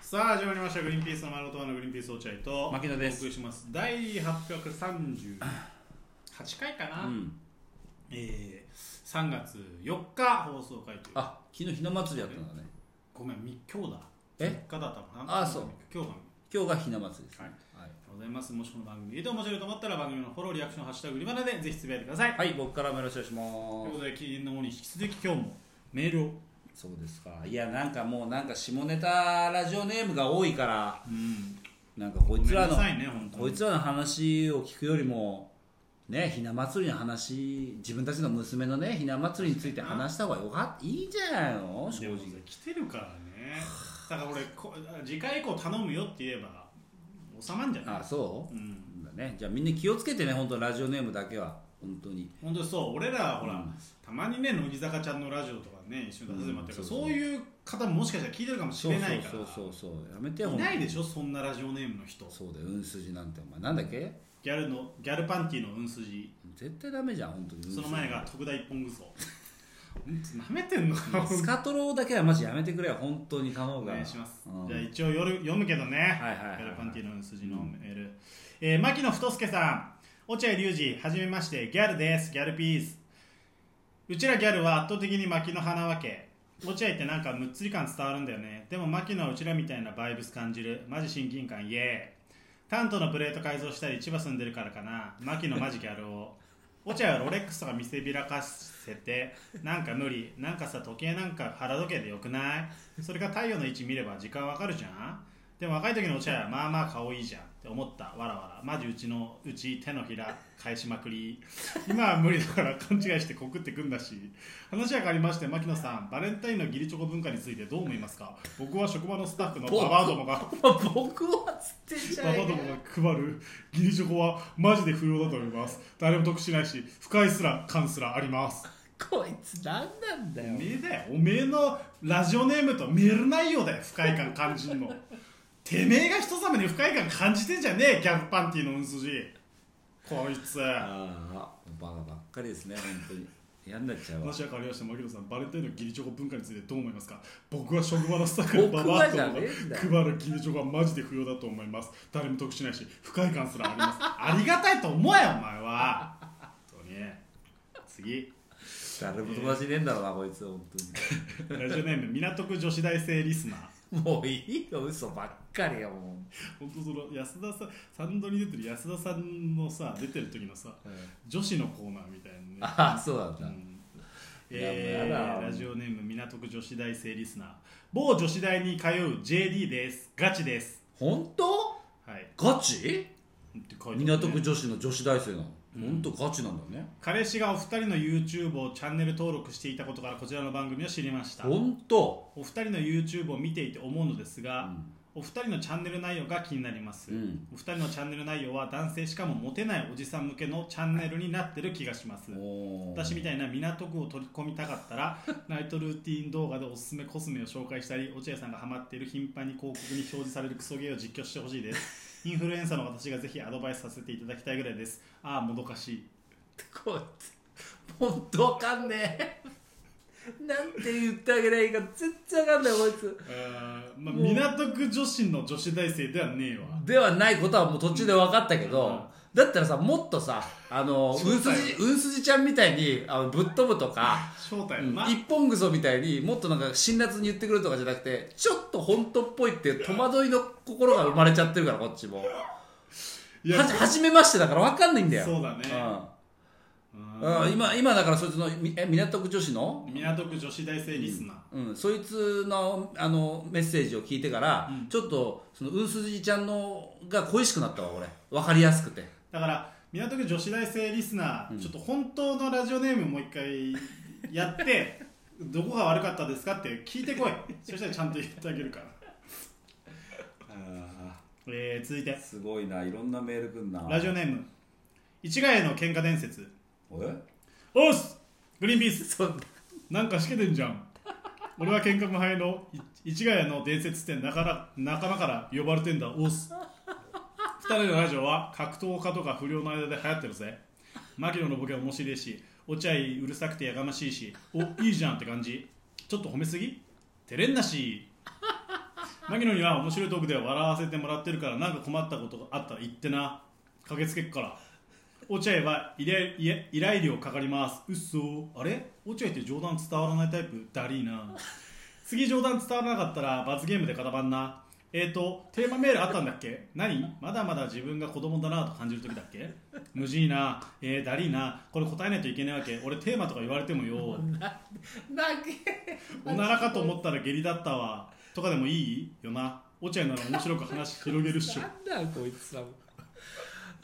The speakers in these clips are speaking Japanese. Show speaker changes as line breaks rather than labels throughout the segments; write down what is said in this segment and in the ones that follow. さあ始まりました「グリーンピースの丸とのグリーンピース落合」と
牧野です
お送りします第838回かな、
うん、
えー、3月4日放送回という
あ昨日ひな祭りやったんだね
ごめんみ今日だ
え
3日だったかな
あそう
今日が
今日がひな祭りです、ねはい
ございますもしこの番組で面白いと思ったら番組のフォローリアクション「ハッシュタググリバナ」でぜひつぶやいてください、
はい僕からもよろしくお
と
願
い
い
ことで
うしま
記念の方に引き続き今日もメールを
すそうですかいやなんかもうなんか下ネタラジオネームが多いから
うん
なんかこいつら
ご
の、
めんなさいね本当に
こいつらの話を聞くよりもねひな祭りの話自分たちの娘のねひな祭りについて話した方がよかっいいんじゃないの正
でも
直
さ来てるからねだから俺こ次回以降頼むよって言えば収まんじゃない
あそうう、
ん
だねじゃあみんな気をつけてね本当ラジオネームだけは本当に
本当にそう俺らほら、
うん
たまにね乃木坂ちゃんのラジオとかね一緒に出させてもらってるから、
うん
そ
そううそう
いう方ももしかしたら聞いてるかもし
そう
れ
そう
ないから
そうそうそうやめてよ
いないで
ょ
しょそんなラジオネームの人
そうだよ運筋なんてお前なんだっけ
ギャルのギャルパンティの運筋
絶対ダメじゃん本当に
その前が特大一本ぐそ なめてんのかな
スカトロだけはマジやめてくれよ本当に頼
お
むから
願いします、
うん
じゃあ一応夜読むけどね、
はいはいはい
ギャルパンティの運筋のメール、えー牧野太輔さん落合隆二はじめましてギャルですギャルピースうちらギャルは圧倒的に牧野派なわけ落合ってなんかむっつり感伝わるんだよねでも牧野はうちらみたいなバイブス感じるマジ親近感イエーイタントのプレート改造したり千葉住んでるからかな牧野マジギャルを落合はロレックスとか見せびらかせてなんか無理なんかさ時計なんか腹時計でよくないそれか太陽の位置見れば時間わかるじゃんでも若い時の落合はまあまあ顔いいじゃんって思ったわらわらマジうちのうち手のひら返しまくり今は無理だから勘違いして告ってくんだし話は変わりまして牧野さんバレンタインの義理チョコ文化についてどう思いますか僕は職場のスタッフのババアどもが
僕は捨てち
ババどもが配る義理チョコはマジで不要だと思います誰も得しないし不快すら感すらあります
こいつ何なんだ
おめえだよおめえのラジオネームとメール内容だよ不快感感じんのてめえが人様に不快感感じてんじゃねえギャグパンティーのうんすじこいつ
ああバカばっかりですね本当に嫌になっちゃうわ
話は変わりました牧野さんバレンタインの義理チョコ文化についてどう思いますか僕は職場のスタッフのバ
僕
バア
は
と
じ
が
ゃねえんだよ
配る義理チョコはマジで不要だと思います誰も得しないし不快感すらありますありがたいと思えよお前は本当に次
誰も友達いねえんだろうなこいつ本
ラジオネーム港区女子大生リスナー
当にもういいよ嘘ばっかりよも
本当その安田さんサンドに出てる安田さんのさ出てる時のさ
う
女子のコーナーみたいなね
ああそうなん
う
だ
ん
いやもうや
え
だ
ー、ラジオネーム港区女子大生リスナー某女子大に通う JD ですガチです
本当
はい
ガチ
って書いてあるね
港区女子の女子大生なの
うん
本当ガチなんだね
彼氏がお二人の YouTube をチャンネル登録していたことからこちらの番組を知りましたお
本当
二人の YouTube を見ていて思うのです
う
が、
ん
お二人のチャンネル内容が気になります、
うん
お二人のチャンネル内容は男性しかもモテないおじさん向けのチャンネルになってる気がします
おー
私みたいな港区を取り込みたかったら ナイトルーティン動画でおすすめコスメを紹介したり落合さんがハマっている頻繁に広告に表示されるクソゲーを実況してほしいですインフルエンサーの私がぜひアドバイスさせていただきたいぐらいですああもどかしい
こいつ本当わかんねえ なんて言ってあげないいか全然わかんないこいつ
あーまあ、
もう
港区女子の女子大生ではねえわ
ではないことはもう途中で分かったけど、だったらさもっとさあの
そう
うん
だよ
すじうんすじちゃんみたいにあのぶっ飛ぶとか、
正体
う
は、
ん
まあ
一本ぐそみたいにもっとなんか辛辣に言ってくるとかじゃなくてちょっと本当っぽいっていう戸惑いの心が生まれちゃってるからこっちも
いや
はじ初めましてだから分かんないんだよ
そうだね
うんうん今今だからそいつのみえ港区女子の
港区女子大生リスナー、
うん、そいつのあのメッセージを聞いてから、
うん
ちょっとそのうんすじちゃんのが恋しくなったわ俺分かりやすくて
だから港区女子大生リスナー、ちょっと本当のラジオネームもう一回やって どこが悪かったですかって聞いてこいそしたらちゃんと言ってあげるから、えー続いて
すごいないろんなメールくんな
ラジオネーム市ヶ谷の喧嘩伝説
オえ
おっすグリーンピース
そん
なんかしけてんじゃん俺は喧嘩無敗のい市ヶ谷の伝説店仲間仲間から呼ばれてんだおっす二人のラジオは格闘家とか不良の間で流行ってるぜ牧野のボケ面白いし落合うるさくてやがましいしおいいじゃんって感じちょっと褒めすぎ照れんなし牧野には面白いトークで笑わせてもらってるからなんか困ったことがあったら言ってな駆けつけっから落合は依頼依頼依頼料かかりますうっそあれ落合って冗談伝わらないタイプだりーな次冗談伝わらなかったら罰ゲームで固まんなえーとテーマメールあったんだっけ何まだまだ自分が子供だなと感じる時だっけ無事いなえー、だりーなこれ答えないといけないわけ俺テーマとか言われてもよ
だけ
おならかと思ったら下痢だったわとかでもいいよな落合なら面白く話広げるっしょ
なんだこいつらも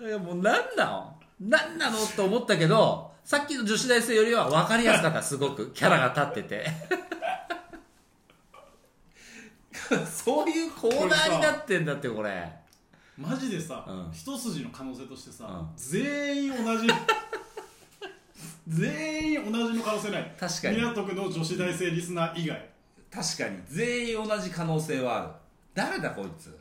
いやもうなんなのなんなのと思ったけどさっきの女子大生よりは分かりやすかったすごくキャラが立ってて そういうコーナーになってんだってこれ
マジでさ、
うん
一筋の可能性としてさ、
うん
全員同じ 全員同じの可能性ない
確かに
港区の女子大生リスナー以外
確かに全員同じ可能性はある誰だこいつ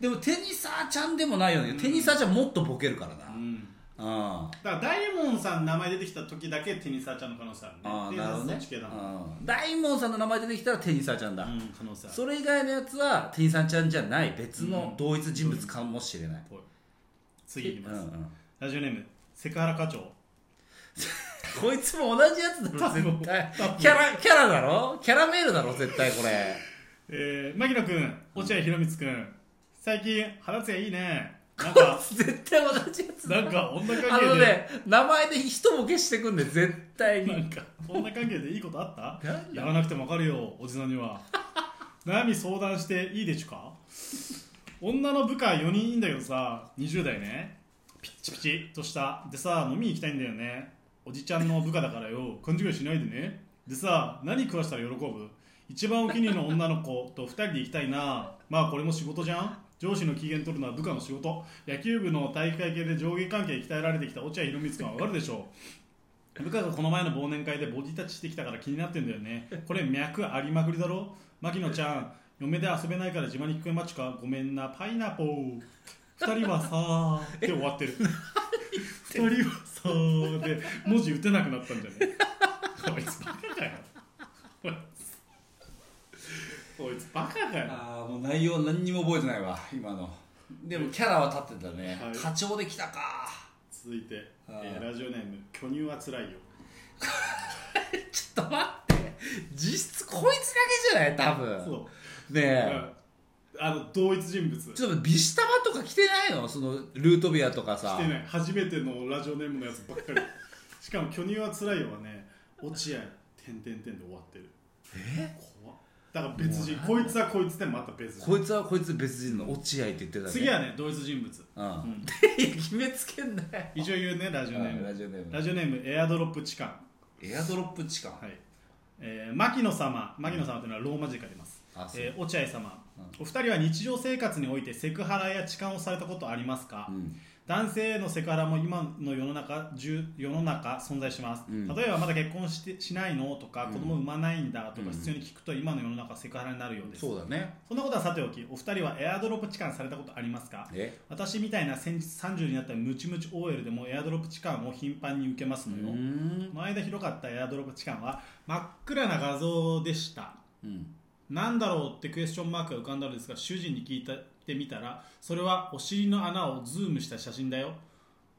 でもテニサーちゃんでもないよね、テニサーちゃんもっとボケるからな
う
うん
ん
あ
だから大門さんの名前出てきた時だけテニサーちゃんの可能性あるね
あ
テニ
な
サー
るほど
そ
ね
っち系だもん、
うん大門さんの名前出てきたらテニサーちゃんだ、
うん、可能性ある
それ以外のやつはテニサーちゃんじゃない別の同一人物かもしれない、
ぽい次いき
うん
ま
う
す、
ん
ラジオネームセクハラ課長
こいつも同じやつだろ絶対
多分
キャラキャラだろキャラメールだろ絶対これ
えー、牧野君落合博光君最近肌ツヤいいねなん
こい
か
つ絶対同じやつだ
なんか女
あ
関係
の
で、
ね名前で一ボケしてくんで絶対 に
なんか女関係でいいことあった
なんだ
やらなくてもわかるよおじさんには 悩み相談していいでちゅか女の部下4人いんだけどさ20代ねピッチピチとしたでさ飲みに行きたいんだよねおじちゃんの部下だからよ勘違いしないでねでさ何食わしたら喜ぶ一番お気に入りの女の子と2人で行きたいなまあこれも仕事じゃん上司の機嫌取るのは部下の仕事野球部の体育会系で上下関係鍛えられてきた落合博光君はわかるでしょう部下がこの前の忘年会でボディタッチしてきたから気になってんだよねこれ脈ありまくりだろ牧野ちゃん嫁で遊べないから自慢に聞こえまちかごめんなパイナポー2人はさーで終わってる2人はさーで文字打てなくなったんじゃねこいつバカかよこいつこいつバカかよ
ああもう内容何にも覚えてないわ今のでもキャラは立ってたね、
はい
課長できたか
続いて、
あ
えーラジオネーム巨乳はつらいよ
ちょっと待って実質こいつだけじゃない多分
そう、
ね
う
え、
んあの同一人物
ちょっと待ってビシタバとか着てないのそのルートビアとかさ
してない初めてのラジオネームのやつばっかりしかも「巨乳はつらいよ」はね「落合」「てんてんてん」で終わってるえ怖っだから別人こいつはこいつでまた別人
こいつはこいつ別人の落合って言ってたね
次はね同一人物
うん
うん
いや決めつけんなよ
一応言うねラジオネー
ラ
ム
ジオネーム
ラジオネームエアドロップ痴漢
エアドロップ地下、
はい、えー、牧野様牧野様というのはローマ字で書きます、
あそう
えー、落合様、
うん
お二人は日常生活においてセクハラや痴漢をされたことありますか、
うん
男性へのセクハラも今の世の中中世の中存在します、
うん
例えばまだ結婚してしないのとか
うん
子供産まないんだとか
うん
必要に聞くと今の世の中セクハラになるようです、
そうだね
そんなことはさておきお二人はエアドロップ痴漢されたことありますか
え
私みたいな先日30になったムチムチ OL でもエアドロップ痴漢を頻繁に受けます
う
のよ、
ん
この間広かったエアドロップ痴漢は真っ暗な画像でした
うん
なんだろうってクエスチョンマークが浮かんだのですが主人に聞いてみたらそれはお尻の穴をズームした写真だよ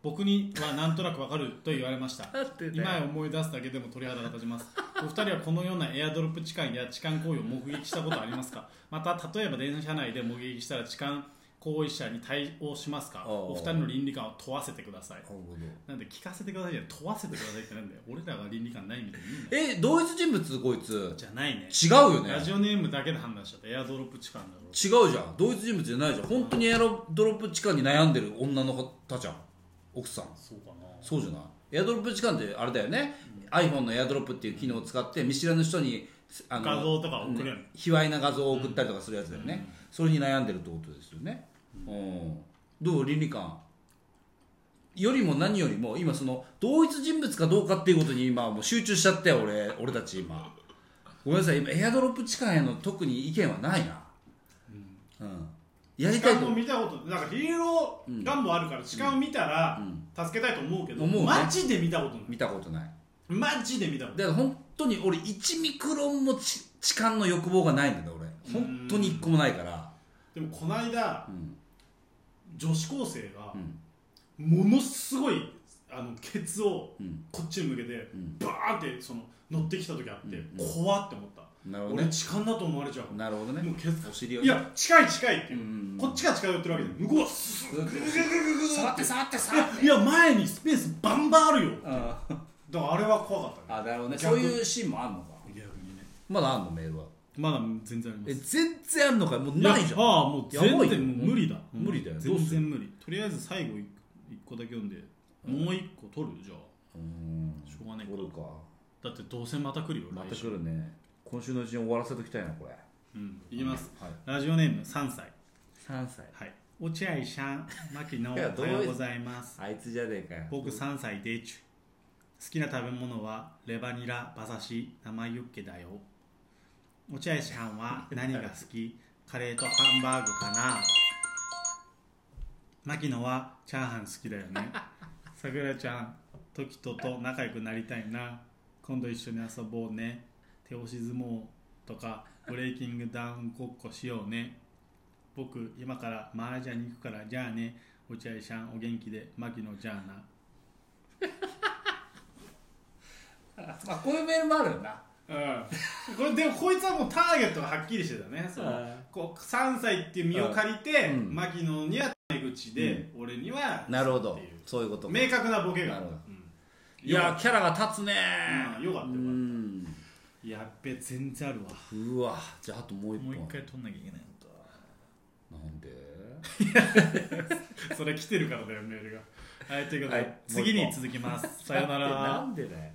僕にはなんとなくわかると言われま した
だってね
今思い出すだけでも鳥肌が立ちますお二人はこのようなエアドロップ痴漢や痴漢行為を目撃したことありますかまた例えば電車内で目撃したら痴漢行為者に対応しますか
おう
お二人の倫理観を問わせてください
なるほど
なんで聞かせてくださいじゃない問わせてくださいってなんだよ俺らが倫理観ないみたいに言うんだよ
え同一人物こいつ
じゃないね
違うよね
ラジオネームだけで判断しちゃったエアドロップ痴漢だろう
違うじゃん同一人物じゃないじゃん本当にエアドロップ痴漢に悩んでる女の子たちゃん奥さん
そうかな
そうじゃないエアドロップ痴漢ってあれだよね、iPhone のエアドロップっていう機能を使って見知らぬ人にあの
画像とか送れる
ね卑猥な画像を送ったりとかするやつだよね、それに悩んでるってことですよね、うん、どう倫理観よりも何よりも今その同一人物かどうかっていうことに今もう集中しちゃったよ俺俺たち今ごめんなさい今エアドロップ痴漢への特に意見はないなうんやり
痴
たい
漢
と
も見たことなんかヒーロー願望あるから痴漢を見たら
うん
助けたいと思うけど、
思うね
マジで見たことない
見たことない
マジで見たことない
だから本当に俺1ミクロンもち痴漢の欲望がないんだよ俺本当に一個もないから、
でもこの間
うん
女子高生が
うん
ものすごいあのケツを
うん
こっちに向けて
うん
バーンってその乗ってきた時あって
うん
怖って思った
なるほど
俺
ね
痴漢だと思われちゃう
なるほど
も
ね
うケツ
お尻を
いや近い近いって
うんうんうん
こっちが近寄ってるわけで向こうはスーッ
ずっと触って触って触っ
いや前にスペースバンバンあるよ
てあ
だからあれは怖かったね
あなるほどね
逆
そういうシーンもあんのか
逆にね
まだあんのメールは
まだ全然あり
え全然あんのかもうないじゃん
やああもう全
やばいよ
然もう無理だ、
うん無理だよど
全
うする
然無理とりあえず最後一一個だけ読んで、もう一個取るじゃあ
うん
しょうがないか
おるか
だってどうせまた来るよ
また
来週
来るね今週のうちに終わらせときたいなこれ
うんいきます、
はい
ラジオネーム3歳
3歳
はい落合シャン牧野お
い
は
や
よ
どういう
うございます
あいつじゃねえかよ
僕3歳でちゅ好きな食べ物はレバニラ馬刺し生ユッケだよ落合シャンは何が好きカレーとハンバーグかな牧野はチャーハン好きだよねさくらちゃん時キとと仲良くなりたいな今度一緒に遊ぼうね手押し相撲とかブレイキングダウンごっこしようね僕今から麻雀に行くからじゃあね落合シャンお元気で牧野じゃあな
まあこういうメールもあるよな
うん、これでもこいつはもうターゲットがはっきりしてたねその
あ
こう3歳っていう身を借りて、
うん
牧野にはタメ口で、俺には
なるほど
っていう
そういうことか
明確なボケが
なるほど
うん
いやキャラが立つね
うんよかったよかった
うん
やっべ全然あるわ
うわじゃああともう一
も
本
う一回取んなきゃいけないの
なんで
だそれ来てるからだよメールがはいということで、
はい
次に続きますさよなら
んでだよ